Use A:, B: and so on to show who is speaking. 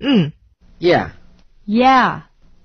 A: Mm.
B: Yeah.
C: Yeah.